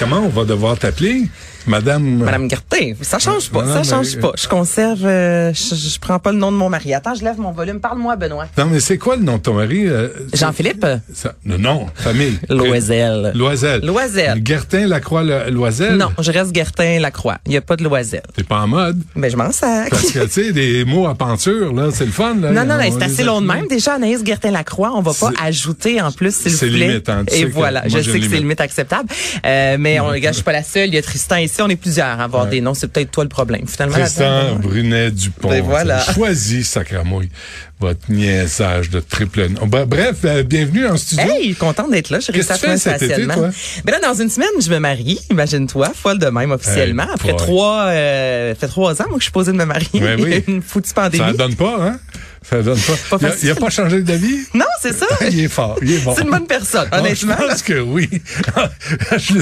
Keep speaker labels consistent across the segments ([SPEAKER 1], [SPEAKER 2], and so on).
[SPEAKER 1] Comment on va devoir t'appeler? Madame. euh,
[SPEAKER 2] Madame Garté, ça change pas,
[SPEAKER 1] Madame,
[SPEAKER 2] ça change
[SPEAKER 1] euh,
[SPEAKER 2] pas. Je conserve, euh, je, je prends pas le nom de mon mari. Attends, je lève mon volume. Parle-moi, Benoît.
[SPEAKER 1] Non, mais c'est quoi le nom de ton mari? euh,
[SPEAKER 2] Jean-Philippe?
[SPEAKER 1] ça- Non, non, famille.
[SPEAKER 2] Loisel.
[SPEAKER 1] Loisel.
[SPEAKER 2] Loisel.
[SPEAKER 1] Gertin, Lacroix, Lo- Loisel?
[SPEAKER 2] Non, je reste Gertin Lacroix. Il y a pas de Loisel.
[SPEAKER 1] T'es pas en mode?
[SPEAKER 2] Mais je m'en sers.
[SPEAKER 1] Parce que, tu sais, des mots à peinture, là, c'est le fun, là.
[SPEAKER 2] Non, non,
[SPEAKER 1] On
[SPEAKER 2] non, c'est
[SPEAKER 1] les
[SPEAKER 2] assez
[SPEAKER 1] a-
[SPEAKER 2] long de même. Déjà, Anaïs Gertin-Lacroix, on va pas
[SPEAKER 1] C'est-
[SPEAKER 2] ajouter en plus, s'il vous
[SPEAKER 1] c'est
[SPEAKER 2] plaît.
[SPEAKER 1] limite, hein, tu sais
[SPEAKER 2] Et
[SPEAKER 1] que
[SPEAKER 2] voilà,
[SPEAKER 1] moi,
[SPEAKER 2] je
[SPEAKER 1] j'ai une
[SPEAKER 2] sais que c'est
[SPEAKER 1] limite.
[SPEAKER 2] limite acceptable. Euh, mais on, regarde, je suis pas la seule. Il y a Tristan ici. On est plusieurs à avoir des noms. C'est peut-être toi le problème, finalement.
[SPEAKER 1] Tristan
[SPEAKER 2] là-dedans.
[SPEAKER 1] Brunet Dupont.
[SPEAKER 2] Ben voilà.
[SPEAKER 1] Choisis, sacramouille, votre niaisage de triple nom. Ben, bref, euh, bienvenue en studio.
[SPEAKER 2] Hey, contente d'être là. J'ai réussi à
[SPEAKER 1] Qu'est-ce que
[SPEAKER 2] faire un
[SPEAKER 1] tu fais cet été,
[SPEAKER 2] stationnement.
[SPEAKER 1] toi?
[SPEAKER 2] Ben là, dans une semaine, je me marie. Imagine-toi, folle de même officiellement.
[SPEAKER 1] Hey,
[SPEAKER 2] Après
[SPEAKER 1] folle.
[SPEAKER 2] trois, euh, fait trois ans, moi, que je suis posée de me marier.
[SPEAKER 1] Ben oui.
[SPEAKER 2] une foutue pandémie.
[SPEAKER 1] Ça donne pas, hein? Ça donne pas.
[SPEAKER 2] Pas
[SPEAKER 1] Il a- il
[SPEAKER 2] facile.
[SPEAKER 1] a pas changé d'avis?
[SPEAKER 2] Non, c'est ça.
[SPEAKER 1] il est fort, il est bon.
[SPEAKER 2] C'est une bonne personne,
[SPEAKER 1] Ah,
[SPEAKER 2] honnêtement.
[SPEAKER 1] Je pense que oui. je,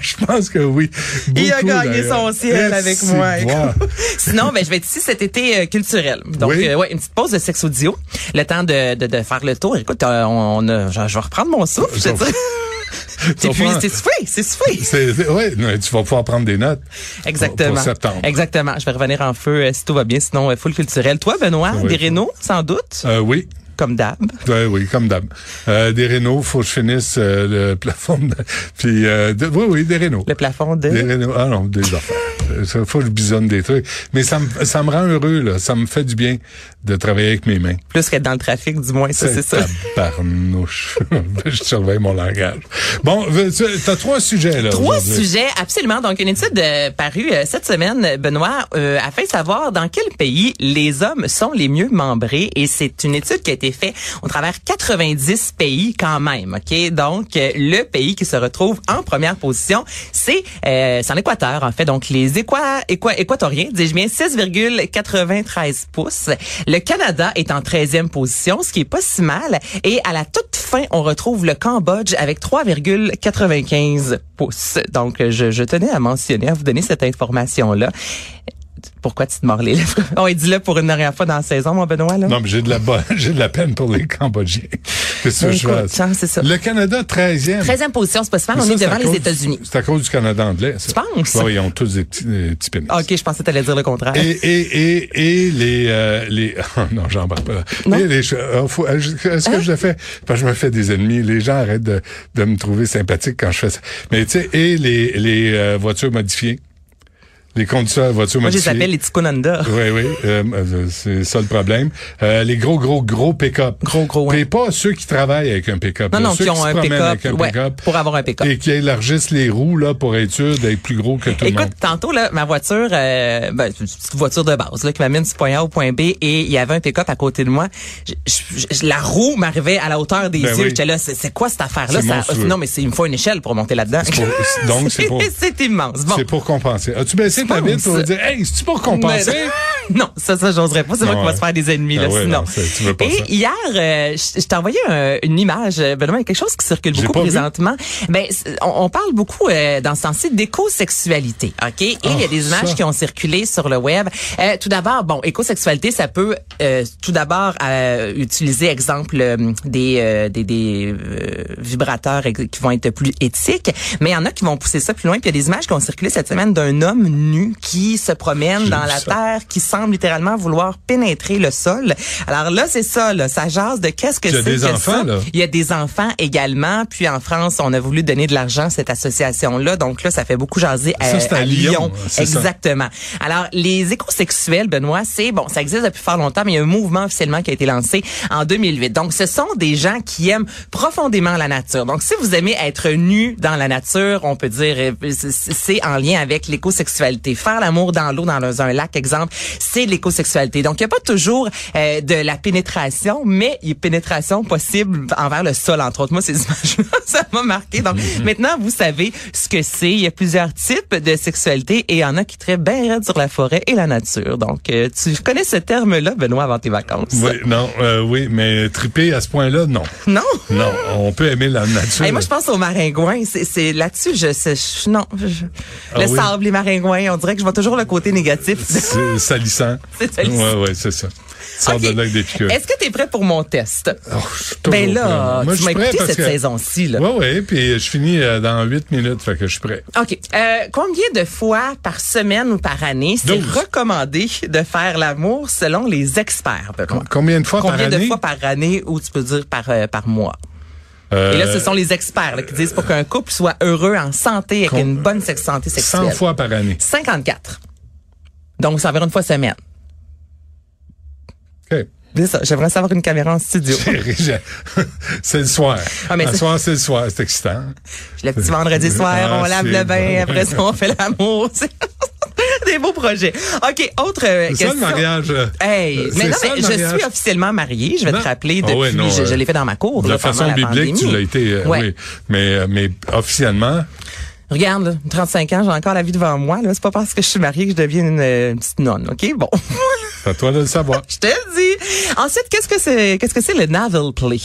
[SPEAKER 1] je pense que oui.
[SPEAKER 2] Il a
[SPEAKER 1] Beaucoup,
[SPEAKER 2] gagné
[SPEAKER 1] d'ailleurs.
[SPEAKER 2] son ciel avec
[SPEAKER 1] Merci,
[SPEAKER 2] moi.
[SPEAKER 1] voir.
[SPEAKER 2] Sinon, ben, je vais être ici cet été euh, culturel. Donc,
[SPEAKER 1] Oui.
[SPEAKER 2] euh, ouais, une petite pause de sexe audio. Le temps de, de, de faire le tour. Écoute, euh, on, on a- je, je vais reprendre mon souffle. Je
[SPEAKER 1] Sauf-
[SPEAKER 2] te dis.
[SPEAKER 1] Sauf
[SPEAKER 2] Et puis,
[SPEAKER 1] en-
[SPEAKER 2] c'est soufflé, c'est soufflé.
[SPEAKER 1] C'est- c'est- ouais, non, tu vas pouvoir prendre des notes.
[SPEAKER 2] Exactement.
[SPEAKER 1] Pour septembre.
[SPEAKER 2] Exactement. Je vais revenir en feu euh, si tout va bien, sinon euh, full culturel. Toi, Benoît,
[SPEAKER 1] Oui.
[SPEAKER 2] des rénaux, sans doute,
[SPEAKER 1] Euh, oui.
[SPEAKER 2] comme d'hab.
[SPEAKER 1] Ouais, oui, comme d'hab. Euh, des rénaux, faut que je finisse euh, le plafond. de- puis, euh, de- oui, oui, des rénaux.
[SPEAKER 2] Le plafond de...
[SPEAKER 1] Des rénaux. Ah non, des affaires. Euh, ça, faut que je bisonne des trucs. Mais ça me, ça me rend heureux, là. Ça me fait du bien de travailler avec mes mains.
[SPEAKER 2] Plus qu'être dans le trafic, du moins, ça, c'est ça.
[SPEAKER 1] Tabarnouche. je surveille mon langage. Bon, veux-tu- t'as trois sujets, là.
[SPEAKER 2] Trois
[SPEAKER 1] aujourd'hui.
[SPEAKER 2] sujets, absolument. Donc, une étude euh, parue euh, cette semaine, Benoît, euh, a fait savoir dans quel pays les hommes sont les mieux membrés. Et c'est une étude qui a été faite au travers 90 pays quand même. OK? Donc, euh, le pays qui se retrouve en première position, c'est euh, c'est en Équateur, en fait. Donc, les Équa- Équa- Équatoriens, dis-je bien, 6,93 pouces. Le Canada est en 13e position, ce qui est pas si mal. Et à la toute fin, on retrouve le Cambodge avec 3,95 pouces. Donc, euh, je, je tenais à mentionner, à vous donner cette information-là. Pourquoi tu te mords les lèvres? On est dit là pour une dernière fois dans la saison, mon Benoît, là.
[SPEAKER 1] Non, mais j'ai de la bonne- j'ai de la peine pour les Cambodgiens. Qu'est-ce que
[SPEAKER 2] Ben,
[SPEAKER 1] je
[SPEAKER 2] écoute,
[SPEAKER 1] fasse?
[SPEAKER 2] tiens, c'est ça.
[SPEAKER 1] Le Canada, 13e.
[SPEAKER 2] 13e position, c'est pas si mal.
[SPEAKER 1] Mais
[SPEAKER 2] On
[SPEAKER 1] ça,
[SPEAKER 2] est
[SPEAKER 1] c'est à
[SPEAKER 2] devant les
[SPEAKER 1] cause-
[SPEAKER 2] États-Unis.
[SPEAKER 1] C'est à cause du Canada anglais, ça.
[SPEAKER 2] Tu penses?
[SPEAKER 1] Ouais, ils ont tous des petits, des petits pénis.
[SPEAKER 2] OK, je pensais que t'allais dire le contraire.
[SPEAKER 1] Et, et, et, et les, euh, les, oh non, j'en parle pas.
[SPEAKER 2] Non. Hein?
[SPEAKER 1] Et les, che- oh, faut- est-ce que je le fais? Parce que je me fais des ennemis. Les gens arrêtent de, de me trouver sympathique quand je fais ça. Mais tu sais, et les, les euh, voitures modifiées. Les conducteurs de voitures
[SPEAKER 2] Moi, je les
[SPEAKER 1] modifiées.
[SPEAKER 2] appelle les Ticonanda.
[SPEAKER 1] Oui, oui, euh, euh, c'est ça le problème. Euh, les gros, gros, gros pick-up.
[SPEAKER 2] Gros, gros,
[SPEAKER 1] Mais
[SPEAKER 2] ouais.
[SPEAKER 1] pas ceux qui travaillent avec un pick-up.
[SPEAKER 2] Non,
[SPEAKER 1] là,
[SPEAKER 2] non,
[SPEAKER 1] ceux
[SPEAKER 2] qui ont
[SPEAKER 1] se
[SPEAKER 2] un
[SPEAKER 1] promènent
[SPEAKER 2] pick-up.
[SPEAKER 1] avec un
[SPEAKER 2] ouais,
[SPEAKER 1] pick-up
[SPEAKER 2] pour avoir un pick-up.
[SPEAKER 1] Et qui élargissent les roues là pour être sûr d'être plus gros que tout le monde.
[SPEAKER 2] Écoute, tantôt, là, ma voiture, euh, ben, c'est une petite voiture de base, là, qui m'amène du point A au point B, et il y avait un pick-up à côté de moi. Je- je- je- la roue m'arrivait à la hauteur des
[SPEAKER 1] Ben
[SPEAKER 2] yeux.
[SPEAKER 1] oui.
[SPEAKER 2] J'étais là, c'est c'est quoi cette affaire-là?
[SPEAKER 1] C'est
[SPEAKER 2] Ça-
[SPEAKER 1] monstrueux.
[SPEAKER 2] Non, mais c'est- il me faut une échelle pour monter là-dedans.
[SPEAKER 1] pour- donc, c'est pour-
[SPEAKER 2] c'est immense. Bon.
[SPEAKER 1] C'est pour compenser. As-tu baissé
[SPEAKER 2] Tu
[SPEAKER 1] ta vitre pour
[SPEAKER 2] penses?
[SPEAKER 1] dire, hey, c'est-tu pour
[SPEAKER 2] Mais-
[SPEAKER 1] compenser?
[SPEAKER 2] non, ça, ça, j'oserais pas. C'est
[SPEAKER 1] Ah
[SPEAKER 2] moi qui
[SPEAKER 1] ouais.
[SPEAKER 2] va se faire des ennemis,
[SPEAKER 1] Ah
[SPEAKER 2] là,
[SPEAKER 1] ouais,
[SPEAKER 2] sinon.
[SPEAKER 1] non, c'est- tu veux pas
[SPEAKER 2] Et
[SPEAKER 1] ça.
[SPEAKER 2] hier, euh, je, je t'ai envoyé un- une image, euh, Benoît, il y a quelque chose qui circule
[SPEAKER 1] J'ai
[SPEAKER 2] beaucoup
[SPEAKER 1] pas vu.
[SPEAKER 2] présentement. Ben, c'est- on, on parle beaucoup, euh, dans ce sens-ci, d'écosexualité, OK? Et il y
[SPEAKER 1] Ah,
[SPEAKER 2] a des images
[SPEAKER 1] ça.
[SPEAKER 2] qui ont circulé sur le web. Euh, tout d'abord, bon, écosexualité, ça peut, euh, tout d'abord, euh, utiliser, exemple, euh, des, euh, des, des euh, vibrateurs ex- qui vont être plus éthiques, mais il y en a qui vont pousser ça plus loin. Puis il y a des images qui ont circulé cette semaine d'un homme nu inconnus qui se promènent
[SPEAKER 1] J'ai
[SPEAKER 2] dans
[SPEAKER 1] vu
[SPEAKER 2] la
[SPEAKER 1] ça.
[SPEAKER 2] terre, qui semblent littéralement vouloir pénétrer le sol. Alors là, c'est ça, là, ça jase de qu'est-ce que
[SPEAKER 1] Il y a
[SPEAKER 2] c'est
[SPEAKER 1] des
[SPEAKER 2] que
[SPEAKER 1] enfants,
[SPEAKER 2] ça.
[SPEAKER 1] là.
[SPEAKER 2] Il y a des enfants également. Puis en France, on a voulu donner de l'argent à cette association-là. Donc là, ça fait beaucoup jaser à,
[SPEAKER 1] Ça, c'est à
[SPEAKER 2] euh, à
[SPEAKER 1] Lyon,
[SPEAKER 2] Lyon.
[SPEAKER 1] c'est ça.
[SPEAKER 2] Exactement. Alors, les écosexuels, Benoît, c'est bon, ça existe depuis fort longtemps, mais il y a un mouvement officiellement qui a été lancé en 2008. Donc, ce sont des gens qui aiment profondément la nature. Donc, si vous aimez être nu dans la nature, on peut dire euh, c'est- c'est en lien avec l'écosexualité. Faire l'amour dans l'eau, dans un lac, exemple, c'est de l'écosexualité. Donc, il n'y a pas toujours euh, de la pénétration, mais il y a pénétration possible envers le sol, entre autres. Moi, ces images-là, ça m'a marqué. Donc,
[SPEAKER 1] Mhm.
[SPEAKER 2] maintenant, vous savez ce que c'est. Il y a plusieurs types de sexualité et il y en a qui traitent bien raide sur la forêt et la nature. Donc, euh, tu connais ce terme-là, Benoît, avant tes vacances?
[SPEAKER 1] Oui, non, euh, oui, mais triper à ce point-là, non.
[SPEAKER 2] Non?
[SPEAKER 1] Non, on peut aimer la nature.
[SPEAKER 2] Hey, moi, je pense aux maringouins. C'est- C'est là-dessus, je, c'est- je- non. je-
[SPEAKER 1] Ah
[SPEAKER 2] le
[SPEAKER 1] oui?
[SPEAKER 2] sable, les maringouins, on dirait que je vois toujours le côté négatif.
[SPEAKER 1] C'est salissant.
[SPEAKER 2] C'est salissant.
[SPEAKER 1] Ouais, ouais, c'est ça. Sors
[SPEAKER 2] Ok.
[SPEAKER 1] de là avec des piqûres.
[SPEAKER 2] Est-ce que t'es prêt pour mon test?
[SPEAKER 1] Oh, je suis toujours
[SPEAKER 2] Ben
[SPEAKER 1] prêt.
[SPEAKER 2] là,
[SPEAKER 1] Moi, je suis
[SPEAKER 2] tu m'as
[SPEAKER 1] prêt
[SPEAKER 2] écouté
[SPEAKER 1] parce
[SPEAKER 2] cette
[SPEAKER 1] que-
[SPEAKER 2] saison-ci, là.
[SPEAKER 1] Ouais, ouais, puis je finis euh, dans 8 minutes, fait que je suis prêt.
[SPEAKER 2] OK. Euh, combien de fois par semaine ou par année c'est
[SPEAKER 1] Douze.
[SPEAKER 2] recommandé de faire l'amour selon les experts, Benoît?
[SPEAKER 1] Combien de fois
[SPEAKER 2] Combien
[SPEAKER 1] par
[SPEAKER 2] de
[SPEAKER 1] année?
[SPEAKER 2] fois par année ou tu peux dire par, euh, par mois?
[SPEAKER 1] Euh,
[SPEAKER 2] Et là, ce sont les experts là, qui disent pour qu'un couple soit heureux en santé avec
[SPEAKER 1] Com-
[SPEAKER 2] une bonne sex- santé sexuelle.
[SPEAKER 1] 100 Euh, fois par année.
[SPEAKER 2] 54. Donc, c'est environ une fois semaine.
[SPEAKER 1] OK.
[SPEAKER 2] C'est ça. J'aimerais savoir une caméra en studio.
[SPEAKER 1] c'est le soir.
[SPEAKER 2] Ah, mais
[SPEAKER 1] le
[SPEAKER 2] c'est-
[SPEAKER 1] soir, c'est le soir. C'est excitant.
[SPEAKER 2] Le petit vendredi soir,
[SPEAKER 1] Ah,
[SPEAKER 2] on lave
[SPEAKER 1] c'est-
[SPEAKER 2] le bain, après ça, on fait l'amour. C'est Des beaux projets. OK, autre euh,
[SPEAKER 1] C'est ça
[SPEAKER 2] question.
[SPEAKER 1] le mariage. euh,
[SPEAKER 2] Hey,
[SPEAKER 1] c'est
[SPEAKER 2] mais non,
[SPEAKER 1] ça,
[SPEAKER 2] mais
[SPEAKER 1] le
[SPEAKER 2] je
[SPEAKER 1] mariage.
[SPEAKER 2] suis officiellement mariée, je vais
[SPEAKER 1] Non.
[SPEAKER 2] te rappeler,
[SPEAKER 1] Ah
[SPEAKER 2] depuis,
[SPEAKER 1] ouais, non,
[SPEAKER 2] je, je
[SPEAKER 1] euh,
[SPEAKER 2] l'ai fait dans ma cour.
[SPEAKER 1] De
[SPEAKER 2] là,
[SPEAKER 1] la
[SPEAKER 2] pendant
[SPEAKER 1] façon biblique,
[SPEAKER 2] pandémie.
[SPEAKER 1] tu l'as été, euh,
[SPEAKER 2] Ouais.
[SPEAKER 1] oui. Mais, euh, mais officiellement,
[SPEAKER 2] Regarde, là, 35 ans, j'ai encore la vie devant moi. là. C'est pas parce que je suis mariée que je deviens une euh, petite nonne, OK? Bon,
[SPEAKER 1] c'est à toi de le savoir.
[SPEAKER 2] je te le dis. Ensuite, qu'est-ce que c'est qu'est-ce que c'est le navel play?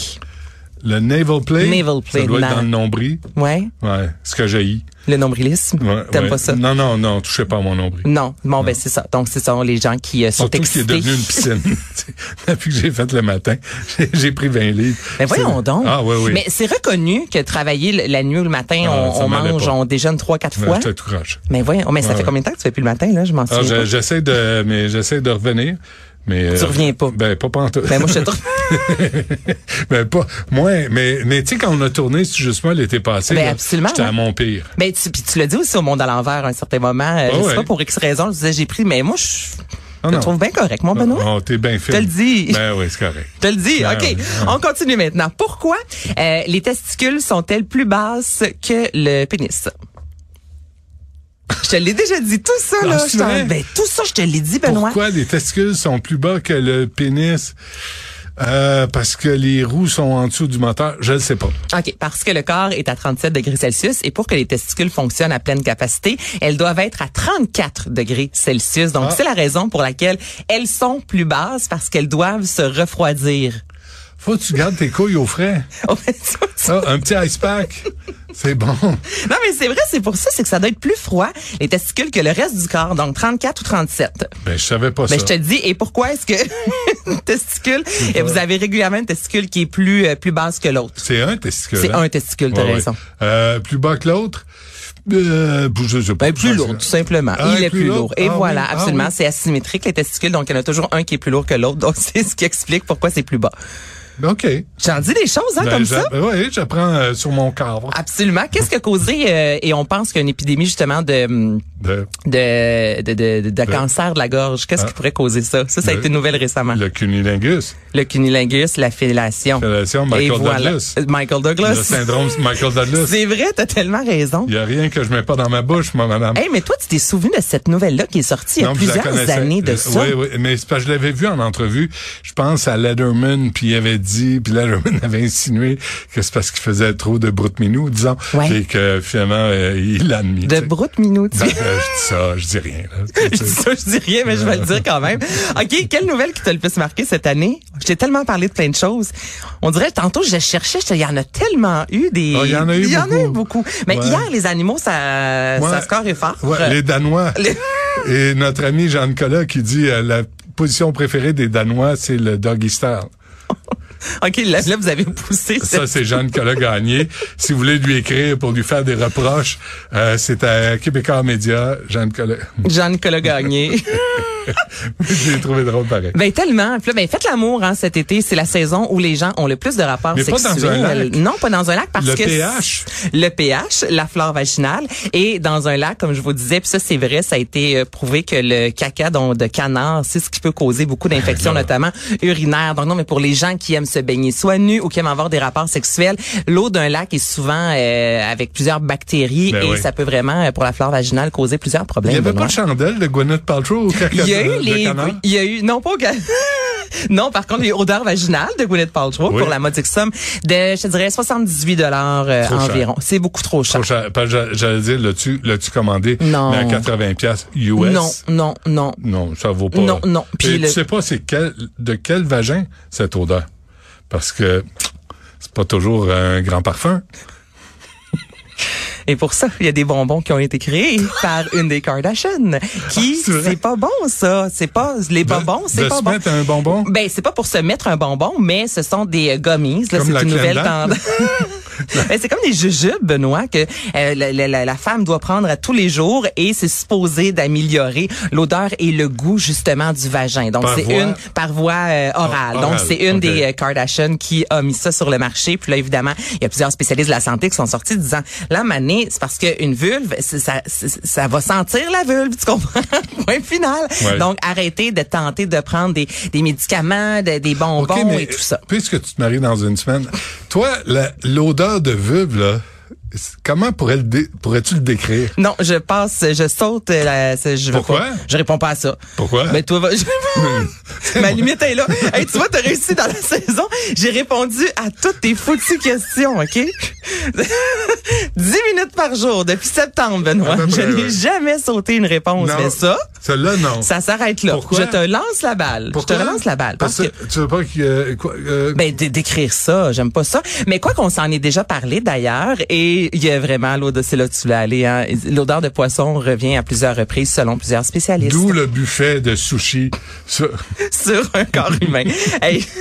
[SPEAKER 1] Le navel play,
[SPEAKER 2] Navel play,
[SPEAKER 1] ça doit
[SPEAKER 2] na-
[SPEAKER 1] être dans le nombril.
[SPEAKER 2] Ouais,
[SPEAKER 1] Ouais, ce que j'ai eu.
[SPEAKER 2] le nombrilisme. T'aimes pas ça?
[SPEAKER 1] Non, non, non, touchez pas à mon nombril.
[SPEAKER 2] Non, bon ben c'est ça. Donc ce sont les gens qui euh, sont
[SPEAKER 1] Surtout qu'il
[SPEAKER 2] excités.
[SPEAKER 1] est devenu une piscine. Depuis que j'ai fait le matin, j'ai- j'ai pris 20 livres.
[SPEAKER 2] Mais Ben, voyons
[SPEAKER 1] C'est-
[SPEAKER 2] donc.
[SPEAKER 1] Ah oui, oui.
[SPEAKER 2] Mais c'est reconnu que travailler le- la nuit ou le matin,
[SPEAKER 1] Ah,
[SPEAKER 2] on,
[SPEAKER 1] ça
[SPEAKER 2] on
[SPEAKER 1] m'allait
[SPEAKER 2] mange,
[SPEAKER 1] pas.
[SPEAKER 2] on déjeune trois, quatre
[SPEAKER 1] Ouais,
[SPEAKER 2] fois.
[SPEAKER 1] j'étais tout croche.
[SPEAKER 2] Mais voyons, mais ça
[SPEAKER 1] Ouais,
[SPEAKER 2] fait
[SPEAKER 1] ouais.
[SPEAKER 2] combien de temps que tu fais plus le matin là Je m'en
[SPEAKER 1] Ah,
[SPEAKER 2] souviens
[SPEAKER 1] je-
[SPEAKER 2] pas.
[SPEAKER 1] j'essaie de, mais j'essaie de revenir. Mais, euh,
[SPEAKER 2] reviens pas.
[SPEAKER 1] Ben, pas pantoute.
[SPEAKER 2] Ben moi je te trouve.
[SPEAKER 1] ben, pas, moins, mais, mais tu sais, quand on a tourné, c'est juste moi l'été passé.
[SPEAKER 2] Ben,
[SPEAKER 1] là,
[SPEAKER 2] absolument,
[SPEAKER 1] J'étais
[SPEAKER 2] ouais.
[SPEAKER 1] à mon pire.
[SPEAKER 2] Ben tu, puis tu l'as dit aussi au monde à l'envers à un certain moment. Euh,
[SPEAKER 1] Ah
[SPEAKER 2] je sais
[SPEAKER 1] ouais.
[SPEAKER 2] pas pour X raison, je disais j'ai pris, mais moi je
[SPEAKER 1] Ah,
[SPEAKER 2] te
[SPEAKER 1] non.
[SPEAKER 2] trouve bien correct, mon Benoît.
[SPEAKER 1] Oh, t'es bien fait.
[SPEAKER 2] te le dis.
[SPEAKER 1] Ben oui, c'est correct.
[SPEAKER 2] Je te le dis,
[SPEAKER 1] Ah,
[SPEAKER 2] OK.
[SPEAKER 1] ouais.
[SPEAKER 2] On continue maintenant. Pourquoi euh, les testicules sont-elles plus basses que le pénis? Je te l'ai déjà dit, tout ça,
[SPEAKER 1] Ah,
[SPEAKER 2] là.
[SPEAKER 1] c'est
[SPEAKER 2] je t'en-
[SPEAKER 1] vrai?
[SPEAKER 2] ben, tout ça, je te l'ai dit, Benoît.
[SPEAKER 1] Pourquoi les testicules sont plus bas que le pénis? Euh, parce que les roues sont en dessous du moteur. Je ne sais pas.
[SPEAKER 2] OK, parce que le corps est à 37 degrés Celsius et pour que les testicules fonctionnent à pleine capacité, elles doivent être à 34 degrés Celsius. Donc,
[SPEAKER 1] Ah.
[SPEAKER 2] c'est la raison pour laquelle elles sont plus basses parce qu'elles doivent se refroidir.
[SPEAKER 1] Faut que tu gardes tes couilles au frais.
[SPEAKER 2] Oh, ben, tu vois, tu-
[SPEAKER 1] Ah, un petit ice pack. C'est bon.
[SPEAKER 2] non, mais c'est vrai, c'est pour ça, c'est que ça doit être plus froid, les testicules, que le reste du corps. Donc, 34 ou 37.
[SPEAKER 1] Ben, je savais pas
[SPEAKER 2] Ben, je
[SPEAKER 1] ça.
[SPEAKER 2] te le dis, et pourquoi est-ce que une testicule, et vous avez régulièrement une testicule qui est plus, euh, plus basse que l'autre?
[SPEAKER 1] C'est un testicule.
[SPEAKER 2] C'est
[SPEAKER 1] hein?
[SPEAKER 2] un testicule, t'as
[SPEAKER 1] Ouais, ouais.
[SPEAKER 2] raison.
[SPEAKER 1] Euh, plus bas que l'autre. Euh, je sais pas.
[SPEAKER 2] Ben, plus lourd, tout simplement.
[SPEAKER 1] Ah,
[SPEAKER 2] il est plus lourd. Et
[SPEAKER 1] Ah
[SPEAKER 2] voilà,
[SPEAKER 1] oui, ah
[SPEAKER 2] absolument,
[SPEAKER 1] oui.
[SPEAKER 2] c'est asymétrique, les testicules, donc il y en a toujours un qui est plus lourd que l'autre. Donc, c'est ce qui explique pourquoi c'est plus bas.
[SPEAKER 1] OK.
[SPEAKER 2] J'en dis des choses, hein,
[SPEAKER 1] Ben,
[SPEAKER 2] comme
[SPEAKER 1] j'a-
[SPEAKER 2] ça?
[SPEAKER 1] Oui, j'apprends euh, sur mon corps.
[SPEAKER 2] Absolument. Qu'est-ce que causerait, euh, et on pense qu'une épidémie, justement, de, hum,
[SPEAKER 1] De-
[SPEAKER 2] de, de, de, de-
[SPEAKER 1] Ben,
[SPEAKER 2] de cancer de la gorge, qu'est-ce
[SPEAKER 1] Ah.
[SPEAKER 2] qui pourrait causer ça? Ça, ça a
[SPEAKER 1] Le-
[SPEAKER 2] été une nouvelle récemment.
[SPEAKER 1] Ben, le cunilingus.
[SPEAKER 2] Le cunilingus, la fellation.
[SPEAKER 1] Fellation, Michael Douglas.
[SPEAKER 2] Euh, Michael Douglas.
[SPEAKER 1] Le syndrome Michael Douglas.
[SPEAKER 2] C'est vrai, t'as tellement raison.
[SPEAKER 1] Il n'y a rien que je mets pas dans ma bouche, moi, madame.
[SPEAKER 2] Hey, mais toi, tu t'es souvenu de cette nouvelle-là qui est sortie il y a
[SPEAKER 1] Non, vous la
[SPEAKER 2] plusieurs
[SPEAKER 1] connaissez.
[SPEAKER 2] années de
[SPEAKER 1] Euh,
[SPEAKER 2] ça.
[SPEAKER 1] Oui, oui, mais c'est parce que je l'avais vu en entrevue. Je pense à Letterman, puis il avait dit, puis Letterman avait insinué que c'est parce qu'il faisait trop de broute minou, disons,
[SPEAKER 2] Ouais.
[SPEAKER 1] et que finalement euh, il l'a admis. tu
[SPEAKER 2] De
[SPEAKER 1] sais.
[SPEAKER 2] Broute Minou, tu-
[SPEAKER 1] Donc, euh, je dis ça, je dis rien. là.
[SPEAKER 2] Je dis ça, je dis rien, mais je vais le dire quand même. OK, quelle nouvelle qui t'a le plus marqué cette année? J'ai tellement parlé de plein de choses. On dirait, tantôt, je cherchais, j'étais, il y en a tellement eu des...
[SPEAKER 1] Oh, il y en a eu
[SPEAKER 2] beaucoup.
[SPEAKER 1] beaucoup.
[SPEAKER 2] Mais
[SPEAKER 1] Ouais.
[SPEAKER 2] hier, les animaux, ça,
[SPEAKER 1] Ouais.
[SPEAKER 2] ça score est fort.
[SPEAKER 1] Ouais, les Danois.
[SPEAKER 2] Les-
[SPEAKER 1] Et notre ami Jean-Nicolas qui dit euh, la position préférée des Danois, c'est le doggy style.
[SPEAKER 2] OK, là, là, vous avez poussé.
[SPEAKER 1] Ça, c'est Jeanne-Colas Gagné. si vous voulez lui écrire pour lui faire des reproches, euh, c'est à Québécois Média, Jeanne-Colas.
[SPEAKER 2] Jeanne-Colas Gagné.
[SPEAKER 1] J'ai trouvé drôle pareil.
[SPEAKER 2] Ben tellement. Puis là, ben faites l'amour hein, cet été, c'est la saison où les gens ont le plus de rapports
[SPEAKER 1] Mais pas
[SPEAKER 2] sexuels.
[SPEAKER 1] dans un lac.
[SPEAKER 2] Non, pas dans un lac parce
[SPEAKER 1] Le
[SPEAKER 2] que
[SPEAKER 1] pH.
[SPEAKER 2] le pH, la flore vaginale et dans un lac comme je vous disais, puis ça c'est vrai, ça a été euh, prouvé que le caca donc, de canard, c'est ce qui peut causer beaucoup
[SPEAKER 1] Ben,
[SPEAKER 2] d'infections notamment urinaires. Donc non, mais pour les gens qui aiment se baigner soit nus ou qui aiment avoir des rapports sexuels, l'eau d'un lac est souvent euh, avec plusieurs bactéries
[SPEAKER 1] Ben
[SPEAKER 2] et
[SPEAKER 1] oui.
[SPEAKER 2] ça peut vraiment euh, pour la flore vaginale causer plusieurs
[SPEAKER 1] Il
[SPEAKER 2] problèmes.
[SPEAKER 1] n'y avait pas
[SPEAKER 2] Benoît.
[SPEAKER 1] de chandelle de Gwyneth Paltrow au euh, caca
[SPEAKER 2] ben Il y a
[SPEAKER 1] de-
[SPEAKER 2] eu
[SPEAKER 1] de
[SPEAKER 2] les,
[SPEAKER 1] canard?
[SPEAKER 2] il y a eu, non pas au ca- Non, par contre, les odeurs vaginales de Gwyneth Paltrow
[SPEAKER 1] Oui.
[SPEAKER 2] pour la modique somme de, je te dirais, 78 dollars euh,
[SPEAKER 1] Trop cher.
[SPEAKER 2] environ. C'est beaucoup trop cher.
[SPEAKER 1] Trop cher. Parce que j'a- J'allais dire, l'as-tu, l'as-tu commandé?
[SPEAKER 2] Non.
[SPEAKER 1] Mais à 80 pièces US.
[SPEAKER 2] Non, non, non.
[SPEAKER 1] Non, ça vaut pas.
[SPEAKER 2] Non, non. Puis
[SPEAKER 1] Puis
[SPEAKER 2] le-
[SPEAKER 1] tu sais pas c'est quel, de quel vagin cette odeur. Parce que c'est pas toujours un grand parfum.
[SPEAKER 2] Et pour ça, il y a des bonbons qui ont été créés par une des Kardashian. Qui,
[SPEAKER 1] c'est vrai.
[SPEAKER 2] c'est pas bon, ça. C'est pas, les bonbons, c'est
[SPEAKER 1] de
[SPEAKER 2] pas
[SPEAKER 1] se
[SPEAKER 2] bon.
[SPEAKER 1] mettre un bonbon.
[SPEAKER 2] Ben, c'est pas pour se mettre un bonbon, mais ce sont des euh, gummies. Là,
[SPEAKER 1] Comme
[SPEAKER 2] c'est
[SPEAKER 1] la
[SPEAKER 2] une nouvelle
[SPEAKER 1] Clendal.
[SPEAKER 2] tendance. Ben, c'est comme des jujubes, Benoît, que euh, la, la- la- la femme doit prendre à tous les jours et c'est supposé d'améliorer l'odeur et le goût, justement, du vagin. Donc,
[SPEAKER 1] Par
[SPEAKER 2] c'est
[SPEAKER 1] voie- Ah,
[SPEAKER 2] une par voie euh, orale.
[SPEAKER 1] orale,
[SPEAKER 2] Donc, c'est une
[SPEAKER 1] ok.
[SPEAKER 2] des euh, Kardashian qui a mis ça sur le marché. Puis là, évidemment, il y a plusieurs spécialistes de la santé qui sont sortis disant, là, Mané, c'est parce qu'une vulve, c'est- ça, c'est- ça va sentir la vulve, tu comprends? Point final.
[SPEAKER 1] Ouais.
[SPEAKER 2] Donc, arrêter de tenter de prendre des, des médicaments, de- des bonbons
[SPEAKER 1] OK, mais
[SPEAKER 2] et tout ça.
[SPEAKER 1] Puisque tu te maries dans une semaine, toi, la- l'odeur de veuve, là, c'est- comment pourrais le dé- pourrais-tu le décrire?
[SPEAKER 2] Non, je passe, je saute. euh, la- ce- je veux
[SPEAKER 1] Pourquoi?
[SPEAKER 2] pas- je réponds pas à ça.
[SPEAKER 1] Pourquoi?
[SPEAKER 2] Ben toi, va- je- ma limite est là. Hey, tu vois, t'as réussi dans la saison. J'ai répondu à toutes tes foutues questions, ok? 10 minutes par jour depuis septembre, Benoît.
[SPEAKER 1] À peu
[SPEAKER 2] je
[SPEAKER 1] près,
[SPEAKER 2] n'ai
[SPEAKER 1] Ah, ben, ouais.
[SPEAKER 2] jamais sauté une réponse.
[SPEAKER 1] Non.
[SPEAKER 2] Mais ça,
[SPEAKER 1] Celle-là, non.
[SPEAKER 2] ça s'arrête là.
[SPEAKER 1] Pourquoi?
[SPEAKER 2] Je te lance la balle.
[SPEAKER 1] Pourquoi?
[SPEAKER 2] Je te relance la balle.
[SPEAKER 1] Parce que, tu veux pas que... euh, quoi, euh,
[SPEAKER 2] Ben, d- d'écrire ça, j'aime pas ça. Mais quoi qu'on s'en est déjà parlé d'ailleurs, et il y a vraiment l'odeur, c'est là que tu voulais aller, hein. L'odeur de poisson revient à plusieurs reprises selon plusieurs spécialistes.
[SPEAKER 1] D'où le buffet de sushi. Ça-
[SPEAKER 2] Sur un corps humain. Hey.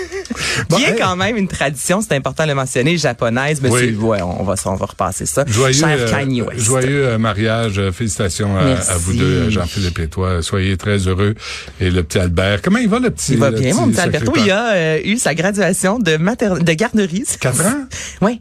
[SPEAKER 1] Bon,
[SPEAKER 2] qui est
[SPEAKER 1] hey.
[SPEAKER 2] quand même une tradition, c'est important de le mentionner, japonaise. Mais
[SPEAKER 1] Oui.
[SPEAKER 2] c'est- ouais, on va, on va repasser ça.
[SPEAKER 1] Joyeux,
[SPEAKER 2] Cher
[SPEAKER 1] euh,
[SPEAKER 2] Kanye West.
[SPEAKER 1] joyeux euh, mariage. Euh, Félicitations à,
[SPEAKER 2] Merci.
[SPEAKER 1] à vous deux, euh, Jean-Philippe et toi. Soyez très heureux. Et le petit Albert. Comment il va, le petit?
[SPEAKER 2] Il va
[SPEAKER 1] le
[SPEAKER 2] bien, mon petit Alberto.
[SPEAKER 1] sacré
[SPEAKER 2] Il a euh, eu sa graduation de mater- de garderie.
[SPEAKER 1] Quatre ans?
[SPEAKER 2] Oui.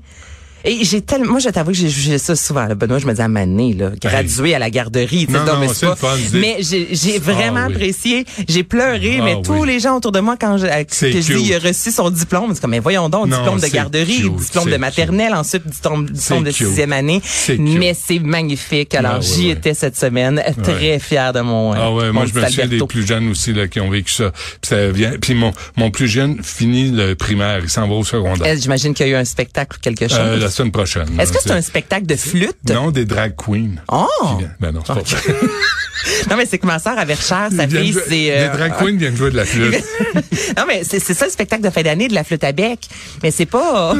[SPEAKER 2] Et j'ai tellement, moi, je t'avoue que j'ai jugé ça souvent, là. Benoît, je me disais, à mané, là, gradué à la garderie, tu sais,
[SPEAKER 1] Non,
[SPEAKER 2] mais
[SPEAKER 1] non,
[SPEAKER 2] c'est
[SPEAKER 1] c'est
[SPEAKER 2] pas-
[SPEAKER 1] le fun, dis.
[SPEAKER 2] Mais j'ai, j'ai
[SPEAKER 1] Ah,
[SPEAKER 2] vraiment
[SPEAKER 1] oui.
[SPEAKER 2] apprécié, j'ai pleuré,
[SPEAKER 1] Ah,
[SPEAKER 2] mais
[SPEAKER 1] oui.
[SPEAKER 2] tous les gens autour de moi, quand je, à-
[SPEAKER 1] C'est
[SPEAKER 2] que je dis,
[SPEAKER 1] cute.
[SPEAKER 2] il a reçu son diplôme, c'est comme, mais voyons donc,
[SPEAKER 1] Non,
[SPEAKER 2] diplôme de
[SPEAKER 1] c'est
[SPEAKER 2] garderie,
[SPEAKER 1] cute,
[SPEAKER 2] diplôme de
[SPEAKER 1] c'est
[SPEAKER 2] maternelle, ensuite diplôme, diplôme de
[SPEAKER 1] cute.
[SPEAKER 2] sixième année.
[SPEAKER 1] C'est cute.
[SPEAKER 2] mais c'est magnifique. Alors,
[SPEAKER 1] Ah, oui,
[SPEAKER 2] j'y
[SPEAKER 1] oui.
[SPEAKER 2] étais cette semaine, très fier de mon, euh,
[SPEAKER 1] Ah ouais,
[SPEAKER 2] mon
[SPEAKER 1] moi je me
[SPEAKER 2] petit
[SPEAKER 1] souviens des
[SPEAKER 2] Alberto.
[SPEAKER 1] plus jeunes aussi là, qui ont vécu ça. Puis ça vient. Puis mon mon plus jeune finit le primaire, il s'en va au secondaire.
[SPEAKER 2] Eh, J'imagine qu'il y a eu un spectacle ou quelque chose.
[SPEAKER 1] Euh, la semaine prochaine.
[SPEAKER 2] Est-ce que c'est
[SPEAKER 1] Là,
[SPEAKER 2] un spectacle de flûte?
[SPEAKER 1] Non, des drag queens.
[SPEAKER 2] Oh!
[SPEAKER 1] Qui viennent- Ben non, c'est pas vrai.
[SPEAKER 2] Non, mais c'est que ma sœur avait cher, sa
[SPEAKER 1] Ils viennent
[SPEAKER 2] fille,
[SPEAKER 1] jouer-
[SPEAKER 2] c'est... euh,
[SPEAKER 1] Les drag queens viennent jouer de la flûte.
[SPEAKER 2] non, mais c'est c'est ça le spectacle de fin d'année de la flûte à bec. Mais c'est pas...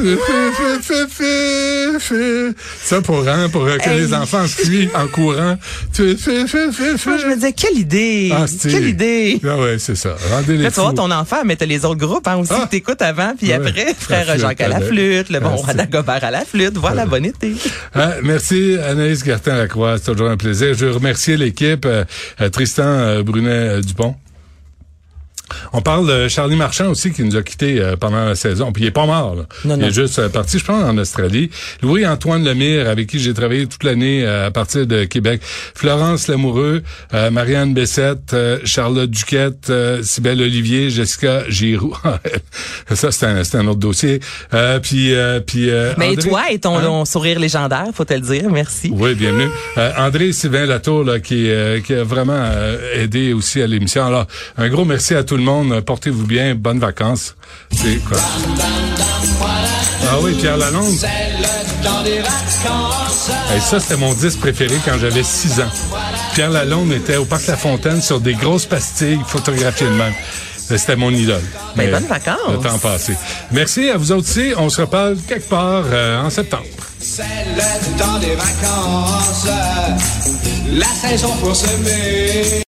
[SPEAKER 1] ça pour hein, pour euh, que
[SPEAKER 2] Hey.
[SPEAKER 1] les enfants fuient en courant.
[SPEAKER 2] Moi, je me disais, quelle idée!
[SPEAKER 1] Ah, c'est-
[SPEAKER 2] quelle idée!
[SPEAKER 1] Ah ouais, c'est ça. Rendez les
[SPEAKER 2] Là, tu vas
[SPEAKER 1] fous.
[SPEAKER 2] voir ton enfant, mais t'as les autres groupes hein, aussi
[SPEAKER 1] Ah.
[SPEAKER 2] que t'écoutes avant, puis
[SPEAKER 1] Ouais.
[SPEAKER 2] après,
[SPEAKER 1] La
[SPEAKER 2] frère
[SPEAKER 1] flûte
[SPEAKER 2] Jacques à la
[SPEAKER 1] à bec.
[SPEAKER 2] flûte, le bon
[SPEAKER 1] Ah,
[SPEAKER 2] roi
[SPEAKER 1] c'est-
[SPEAKER 2] d'Agobert à la flûte. Voilà, bon été!
[SPEAKER 1] Ah, merci Anaïs Gertin Lacroix, c'est toujours un plaisir. Je veux remercier l'équipe, euh, euh, Tristan euh, Brunet euh, Dupont. On parle de Charlie Marchand aussi qui nous a quittés euh, pendant la saison. Puis il est pas mort. là.
[SPEAKER 2] Non,
[SPEAKER 1] il
[SPEAKER 2] non.
[SPEAKER 1] est juste euh, parti, je pense, en Australie. Louis-Antoine Lemire, avec qui j'ai travaillé toute l'année euh, à partir de Québec. Florence Lamoureux, euh, Marianne Bessette, euh, Charlotte Duquette, euh, Cybèle Olivier, Jessica Giroux. Ça, c'est un, c'est un autre dossier. Euh, puis, euh, puis, euh,
[SPEAKER 2] Mais
[SPEAKER 1] André-
[SPEAKER 2] toi et ton
[SPEAKER 1] Hein?
[SPEAKER 2] ton sourire légendaire, faut te le dire, merci.
[SPEAKER 1] Oui, bienvenue. Euh, André Sylvain Latour, là, qui, euh, qui a vraiment euh, aidé aussi à l'émission. Alors, un gros merci à tout le monde. Portez-vous bien. Bonnes vacances. C'est quoi? Ah oui, Pierre Lalonde. Et ça, c'était mon disque préféré quand j'avais 6 ans. Pierre Lalonde était au Parc La Fontaine sur des grosses pastilles photographiées de même. Euh, C'était mon idole.
[SPEAKER 2] Ben,
[SPEAKER 1] Mais
[SPEAKER 2] bonnes vacances.
[SPEAKER 1] Le temps passé. Merci à vous autres aussi. On se reparle quelque part euh, en septembre.
[SPEAKER 3] C'est le temps des vacances, la saison pour semer.